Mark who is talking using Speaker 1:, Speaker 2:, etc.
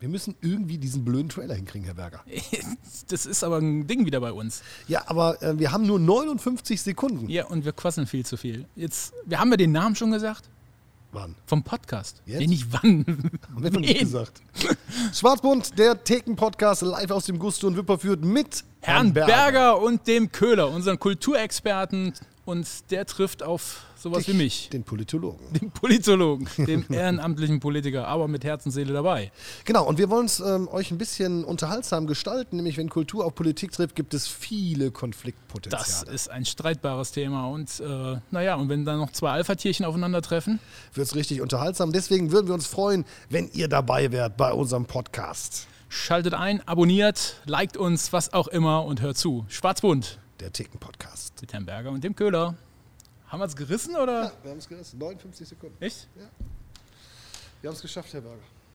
Speaker 1: Wir müssen irgendwie diesen blöden Trailer hinkriegen, Herr Berger.
Speaker 2: Das ist aber ein Ding wieder bei uns.
Speaker 1: Ja, aber äh, wir haben nur 59 Sekunden.
Speaker 2: Ja, und wir quasseln viel zu viel. Jetzt, wir haben ja den Namen schon gesagt.
Speaker 1: Mann,
Speaker 2: Vom Podcast.
Speaker 1: Jetzt?
Speaker 2: Ja, nicht wann.
Speaker 1: haben wir noch nicht
Speaker 2: Wen?
Speaker 1: gesagt. Schwarzbund, der Theken-Podcast, live aus dem Gusto und Wipper führt mit
Speaker 2: Herrn Berger und dem Köhler, unseren Kulturexperten. Und der trifft auf sowas wie mich.
Speaker 1: Den Politologen.
Speaker 2: Den Politologen, dem ehrenamtlichen Politiker, aber mit Herz und Seele dabei.
Speaker 1: Genau, und wir wollen es ähm, euch ein bisschen unterhaltsam gestalten, nämlich wenn Kultur auf Politik trifft, gibt es viele
Speaker 2: Das
Speaker 1: Konfliktpotenziale.
Speaker 2: ist ein streitbares Thema. Und äh, naja, und wenn dann noch zwei Alpha-Tierchen aufeinandertreffen,
Speaker 1: Wird es richtig unterhaltsam. Deswegen würden wir uns freuen, wenn ihr dabei wärt bei unserem Podcast.
Speaker 2: schaltet ein, abonniert, liked uns, was auch immer und hört zu. Schwarzbunt
Speaker 1: Der Ticken-Podcast.
Speaker 2: mit Herrn Berger und dem Köhler. Haben wir es gerissen oder?
Speaker 1: Wir haben es gerissen. 59 Sekunden.
Speaker 2: Echt?
Speaker 1: Wir haben es geschafft, Herr Berger.